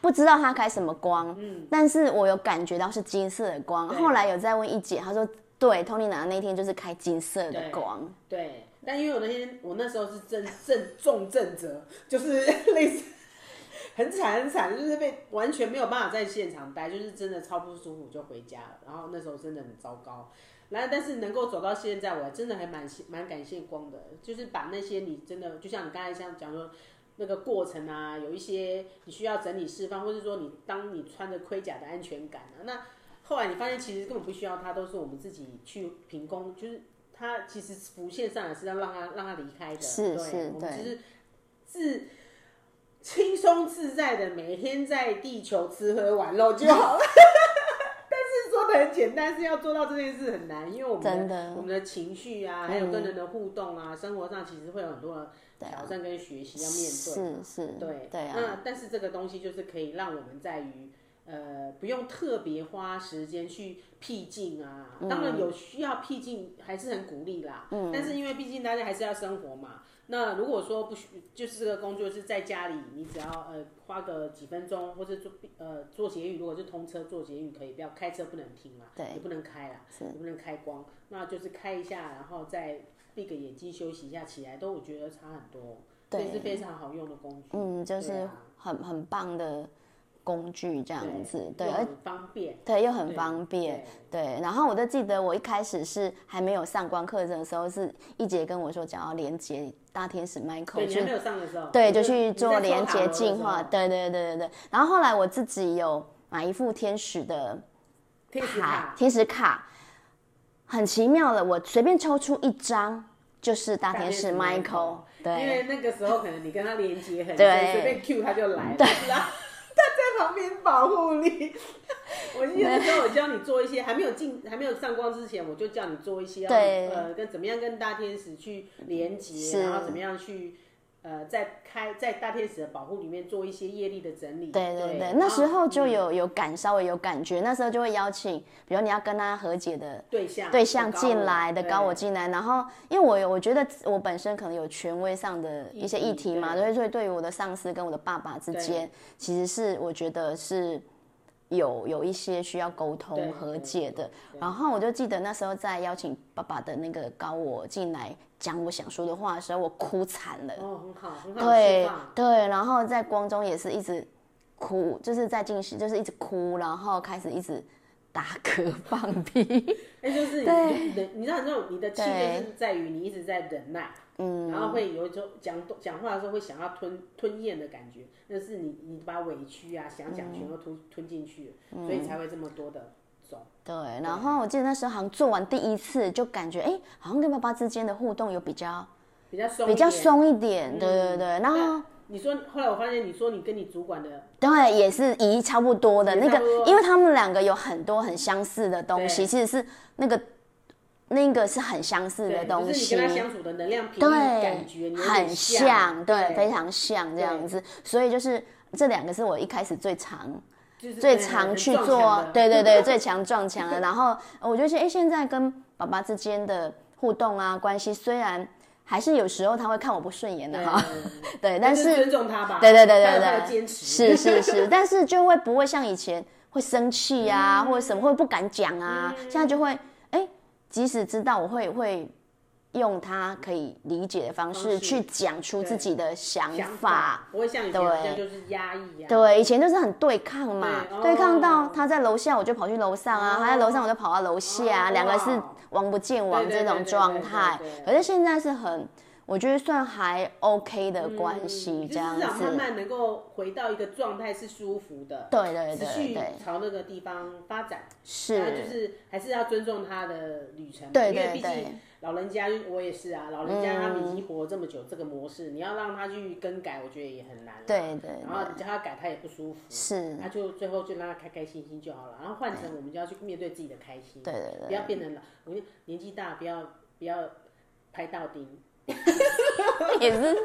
S2: 不知道它开什么光，但是我有感觉到是金色的光。
S1: 嗯对
S2: 后来有再问一姐，她说对，Tony 拿的那天就是开金色的光，
S1: 对，但因为我那天我那时候是症症重症者，就是 类似很惨很惨，就是被完全没有办法在现场待，就是真的超不舒服就回家了。然后那时候真的很糟糕。然后但是能够走到现在，我还真的还蛮谢蛮感谢光的，就是把那些你真的就像你刚才像讲说。那个过程啊，有一些你需要整理释放，或是说你当你穿着盔甲的安全感啊，那后来你发现其实根本不需要它，都是我们自己去凭空，就是它其实浮现上来是要让它让它离开的，
S2: 是
S1: 对
S2: 是
S1: 我们
S2: 对
S1: 就是自轻松自在的每天在地球吃喝玩乐 就好了。但是说的很简单，是要做到这件事很难，因为我们
S2: 真的嗯
S1: 我们的情绪啊，还有跟人的互动啊，生活上其实会有很多的挑战跟学习要面对。
S2: 啊是是，
S1: 对
S2: 对啊，
S1: 那但是这个东西就是可以让我们在于呃不用特别花时间去僻静啊，
S2: 嗯
S1: 当然有需要僻静还是很鼓励啦。嗯，但是因为毕竟大家还是要生活嘛。那如果说不需就是这个工作是在家里，你只要呃花个几分钟，或者坐呃坐捷运，如果是通车坐捷运可以，不要开车不能停啦，
S2: 对
S1: 也不能开啊啦，也不能开光，那就是开一下，然后再闭个眼睛休息一下，起来都我觉得差很多，
S2: 对
S1: 所以是非常好用的工具。
S2: 嗯，就
S1: 对
S2: 是
S1: 啊
S2: 很很棒的工具这样子，对，
S1: 又
S2: 而
S1: 很方便，
S2: 对又很
S1: 对
S2: 方便。。对，然后我就记得我一开始是还没有上光课的时候，是一姐跟我说想要连接大天使
S1: 对，对
S2: Michael
S1: 你还
S2: 去
S1: 没有上的时候，
S2: 对，
S1: 你
S2: 就去
S1: 你在
S2: 做
S1: 抽
S2: 连
S1: 塔
S2: 接
S1: 罗的时
S2: 进化。
S1: 候，
S2: 对对对对对。然后后来我自己有买一副天使的
S1: 天使
S2: 卡，
S1: 卡，
S2: 天使卡，很奇妙的，我随便抽出一张就是大天使 Michael，
S1: 因
S2: 对
S1: 为那个时候可能你跟他连接很深，
S2: 对
S1: 随便 Q 他就来了，然后 他在旁边保护你。 我记得那时候我教你做一些还没有进还没有上光之前，我就叫你做一些要
S2: 对
S1: 呃跟怎么样跟大天使去连接，
S2: 是
S1: 然后怎么样去。呃，在开在大天使的保护里面做一些业力的整理。
S2: 对对对，那时
S1: 啊
S2: 候
S1: 嗯
S2: 就有有感，稍微有感觉，那时候就会邀请，比如你要跟他和解的
S1: 对象
S2: 对象进来的高我
S1: 对
S2: 进来，然后因为我有我觉得我本身可能有权威上的一些
S1: 议
S2: 议
S1: 题
S2: 题嘛，
S1: 对
S2: 所以所以对于我的上司跟我的爸爸之间，其实是我觉得是有有一些需要
S1: 对
S2: 沟通和
S1: 对
S2: 解
S1: 对
S2: 的。然后我就记得那时候在邀请爸爸的那个高我进来讲我想说的话的时候，我哭惨了。
S1: 哦，很好，很好
S2: 对
S1: 释放
S2: 对，然后在光中也是一直哭，就是在进行就是一直哭，然后开始一直打嗝 放屁。
S1: 哎，就是你忍，你知道那种你的气
S2: 对
S1: 就是在于你一直在忍耐，嗯，然后会有一种讲讲话的时候会想要吞吞咽的感觉，那是你你把委屈啊想讲
S2: 嗯
S1: 全都吞、吞进去了，所以才会这么多的种。
S2: 对，然后我记得那时候好像做完第一次就感觉，哎，好像跟爸爸之间的互动有比较
S1: 比较松，嗯
S2: 比较。松一点，对对对，然后。
S1: 你说后来我发现，你说你跟你主管的，
S2: 对，也是一差不多的
S1: 也
S2: 那
S1: 差
S2: 个
S1: 不多，
S2: 因为他们两个有很多很相似的东
S1: 对
S2: 西，其实是那个那个是很相似的
S1: 对，
S2: 东
S1: 就是
S2: 西。
S1: 你跟他相处的能量频率感觉你
S2: 对，
S1: 有点
S2: 很像，对，非
S1: 对，
S2: 常像这样子。所以就是这两个是我一开始最常、
S1: 就是
S2: 最
S1: 对
S2: 常
S1: 很
S2: 去
S1: 撞墙
S2: 做
S1: 的，
S2: 对 对对，最强撞墙的。然后呃我觉得现，哎，现在跟爸爸之间的互动啊，关系虽然还是有时候他会看我不顺眼的哈，对，但
S1: 就是尊重他吧，
S2: 对对对
S1: 他
S2: 对
S1: 有他的
S2: 对，
S1: 坚持
S2: 是是是，但是就会不会像以前会生气啊，或者什么会不敢讲啊，现在就会哎，即使知道我会会用他可以理解的方
S1: 方式
S2: 式去讲出自己的想
S1: 想
S2: 法。
S1: 法，不会像以前好像就是压抑啊，
S2: 对，以前就是很对抗嘛，
S1: 对哦
S2: 对抗到他在楼下我就跑去楼上啊，
S1: 哦
S2: 他在楼上我就跑到楼下，啊
S1: 哦
S2: 两个是王不见王
S1: 对对
S2: 这
S1: 对
S2: 种
S1: 对
S2: 状
S1: 对对
S2: 态
S1: 对。
S2: 可是现在是很，我觉得算还 OK 的关系
S1: 嗯
S2: 这样
S1: 就是让慢
S2: 子。
S1: 慢能够回到一个状态是舒服的，
S2: 对对
S1: 持
S2: 对
S1: 续
S2: 对，，
S1: 朝那个地方发展，那就是是还是要尊重他的旅程嘛，
S2: 对
S1: 因为
S2: 对
S1: 毕竟
S2: 对，嗯
S1: 老人家我也是啊，老人家他们已经活了这么久，这个模式你要让他去更改，我觉得也很难啦，啊
S2: 对对
S1: 然后你叫他改，他也不舒服，
S2: 是，
S1: 他就最后就让他开开心心就好了，然后换成我们就要去面对自己的开心，
S2: 对对
S1: 不要变成老，我跟你讲年纪大不要不要拍到钉。
S2: 对，也是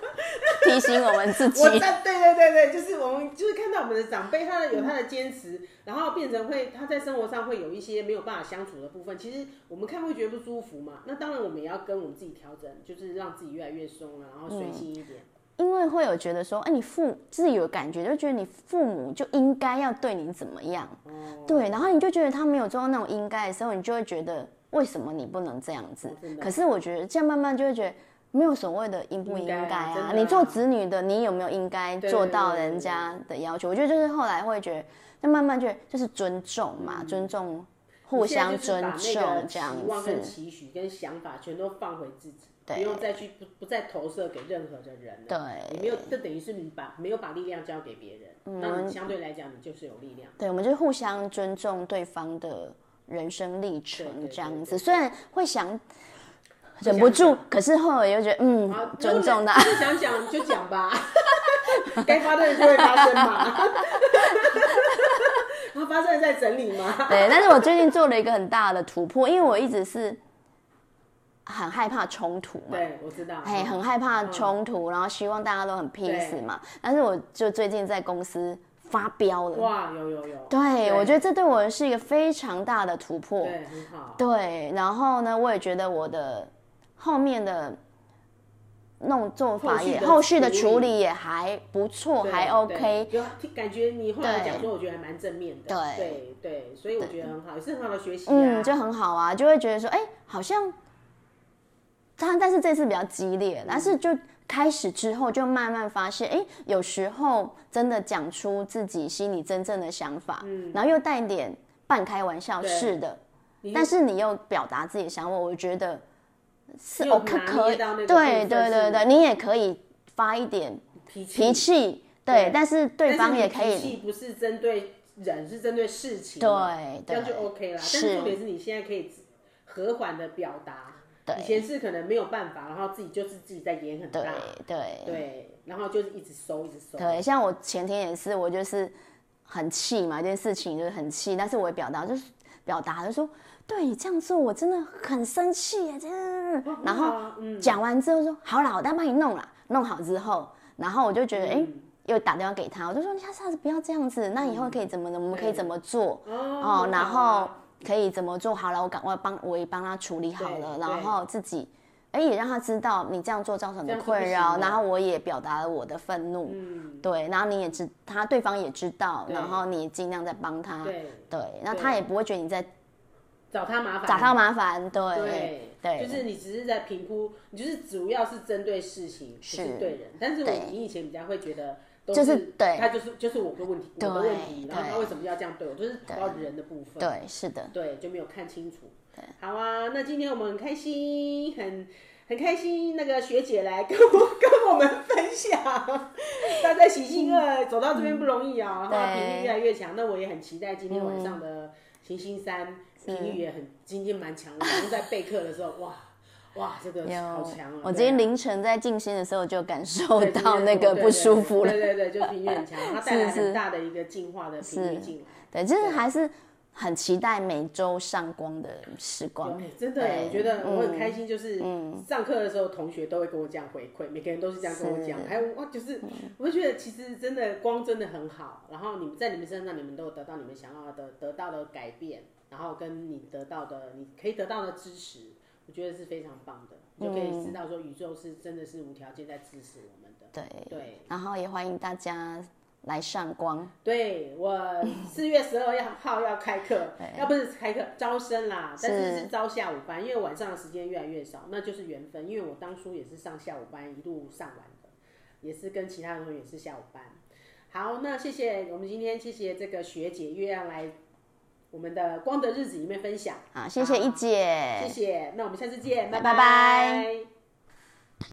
S2: 提醒我们自 己
S1: 我。 在对对对对，就是我们就是看到我们的长辈，他的有他的坚持，然后变成会他在生活上会有一些没有办法相处的部分。其实我们看会觉得不舒服嘛，那当然我们也要跟我们自己调整，就是让自己越来越松啊，然后
S2: 嗯
S1: 随性一点。
S2: 因为会有觉得说，哎、你父自己有感觉，就觉得你父母就应该要对你怎么样，对，然后你就觉得他没有做到那种应该的时候，你就会觉得为什么你不能这样子？
S1: 哦真的
S2: 可是我觉得这样慢慢就会觉得。没有所谓的应不应该
S1: 应该啊
S2: 啊，
S1: 真的啊
S2: 你做子女的，你有没有应该
S1: 对
S2: 做到人家的要求？我觉得就是后来会觉得，那慢慢就就是尊重嘛，尊重，互相
S1: 嗯你现在
S2: 尊
S1: 就是把那
S2: 重
S1: 个
S2: 这样
S1: 期望跟
S2: 子，
S1: 期许跟想法全都放回自己。不用再去不不再投射给任何的人了。
S2: 对，
S1: 你没有，这等于是你把没有把力量交给别人，
S2: 嗯
S1: 那你相对来讲你就是有力量。
S2: 对，我们就互相尊重对方的人生历
S1: 对对
S2: 程
S1: 对
S2: 这样
S1: 对对
S2: 子，虽然会想忍不住，可是后来又觉得嗯
S1: 好，
S2: 尊重他
S1: 那。就想讲就讲吧， 该发生的就会发生嘛。 然后发生了再整理嘛。
S2: 对，但是我最近做了一个很大的突破，因为我一直是很害怕冲突 嘛，
S1: 对，嗯我知道。
S2: 哎，很害怕冲突，然后希望大家都很 peace 嘛。但是我就最近在公司发飙了，
S1: 哇，有有有。
S2: 对我觉得这对我是一个非常大的突破。
S1: 对很好。
S2: 对，然后呢，我也觉得我的后面的弄做法也
S1: 后
S2: 后
S1: 续
S2: 续
S1: 的
S2: 的
S1: 处理
S2: 处理也还不错，
S1: 对
S2: 还 OK。
S1: 对有感觉你后来
S2: 对
S1: 讲说，我觉得还蛮正面的。对
S2: 对
S1: 对，所以我觉得很好，也是很好的学习啊。
S2: 嗯，就很好啊，就会觉得说，哎、好像，但但是这次比较激烈，但
S1: 嗯
S2: 是就开始之后就慢慢发现，哎、有时候真的讲出自己心里真正的想法，然后又带一点半开玩笑
S1: 嗯对
S2: 式的
S1: 你，
S2: 但是你又表达自己的想法，我觉得是
S1: 又
S2: OK
S1: 拿捏
S2: 可以，
S1: 到那个
S2: 对
S1: 部分
S2: 对对
S1: 是
S2: 对，你也可以发一点
S1: 脾气
S2: 脾气，对，但是
S1: 但
S2: 对
S1: 是
S2: 方
S1: 你
S2: 也可
S1: 脾
S2: 以，
S1: 气不是针对人，是针对事情嘛，
S2: 对
S1: 这
S2: 对
S1: 样就 OK 啦。但
S2: 是
S1: 是重点是你现在可以和缓的表达，以前是可能没有办法，然后自己就是自己在演很
S2: 对
S1: 大，
S2: 对。
S1: 对，然后就是一直收，一直收，
S2: 对，像我前天也是，我就是很气嘛，这件事情就是很气，但是我也表达就是表达就说，对你这样做我真的很生气耶，这样
S1: 哦。
S2: 然
S1: 很好
S2: 后
S1: 啊嗯
S2: 讲完之后说，好啦，我再帮你弄啦。弄好之后，然后我就觉得，
S1: 嗯
S2: 哎、又打电话给他，我就说，你下次不要这样子，那以后可以怎么的，我们可以怎么做？
S1: 嗯哦
S2: 哦，然
S1: 很好啊
S2: 后可以怎么做好了，我赶快帮我也帮他处理好了，
S1: 对
S2: 然后自己。哎，也让他知道你这样做造
S1: 这
S2: 成的
S1: 样是不
S2: 困扰，
S1: 行的
S2: 然后我也表达了我的愤怒，
S1: 嗯，
S2: 对，然后你也知他对方也知道，
S1: 对
S2: 然后你也尽量在帮他，
S1: 对，
S2: 对，那他也不会觉得你在
S1: 找他麻烦，
S2: 找他麻烦，
S1: 对
S2: 对对，
S1: 就是你只是在评估，你就是主要是针对事情，不是
S2: 是
S1: 对人。但是我
S2: 对
S1: 你以前比较会觉得都
S2: 就是对
S1: 他就是就是我的问题，我
S2: 对
S1: 的问题，然后
S2: 对
S1: 他为什么要这样对我，就是主要人的部分，
S2: 对是的，
S1: 对，就没有看清楚。好啊，那今天我们很开心，很。很开心，那个学姐来跟我 跟我们分享，大家喜庆二走到这边不容易啊，然后
S2: 嗯对嗯
S1: 频率越来越强。那我也很期待今天晚上的行星三频率也很，今天蛮强的。我们在备课的时候，哇哇，这个好强啊！
S2: 我
S1: 对
S2: 今天凌晨在静心的时候就感受
S1: 对今天
S2: 到那个
S1: 对
S2: 不舒服了
S1: 对，对对，对就频率很强，它带来
S2: 是是
S1: 很大的一个进化的频率进来。
S2: 对，就是还是很期待每周上光的时光
S1: 哎，真的
S2: 对嗯
S1: 耶，我觉得我很开心，就是上课的时候，同学都会跟我这样回馈，每个人都是这样跟我讲，
S2: 是嗯
S1: 还有哇，就是我会觉得其实真的光真的很好，然后你们在你们身上，你们都有得到你们想要的得到的改变，然后跟你得到的你可以得到的支持，我觉得是非常棒的，你就可
S2: 嗯
S1: 以知道说宇宙是真的是无条件在支持我们的，
S2: 对，
S1: 对。
S2: 然后也欢迎大家来上光，
S1: 对 我四月十二号要开课，要不是开课招生啦，但是
S2: 是
S1: 是招下午班，因为晚上的时间越来越少，那就是缘分。因为我当初也是上下午班一路上完的，也是跟其他同学也是下午班。好，那谢谢我们今天谢谢这个学姐月亮来我们的光的日子里面分享，
S2: 好，谢谢一姐，
S1: 谢谢，那我们下次见，
S2: 拜
S1: 拜
S2: 拜
S1: 拜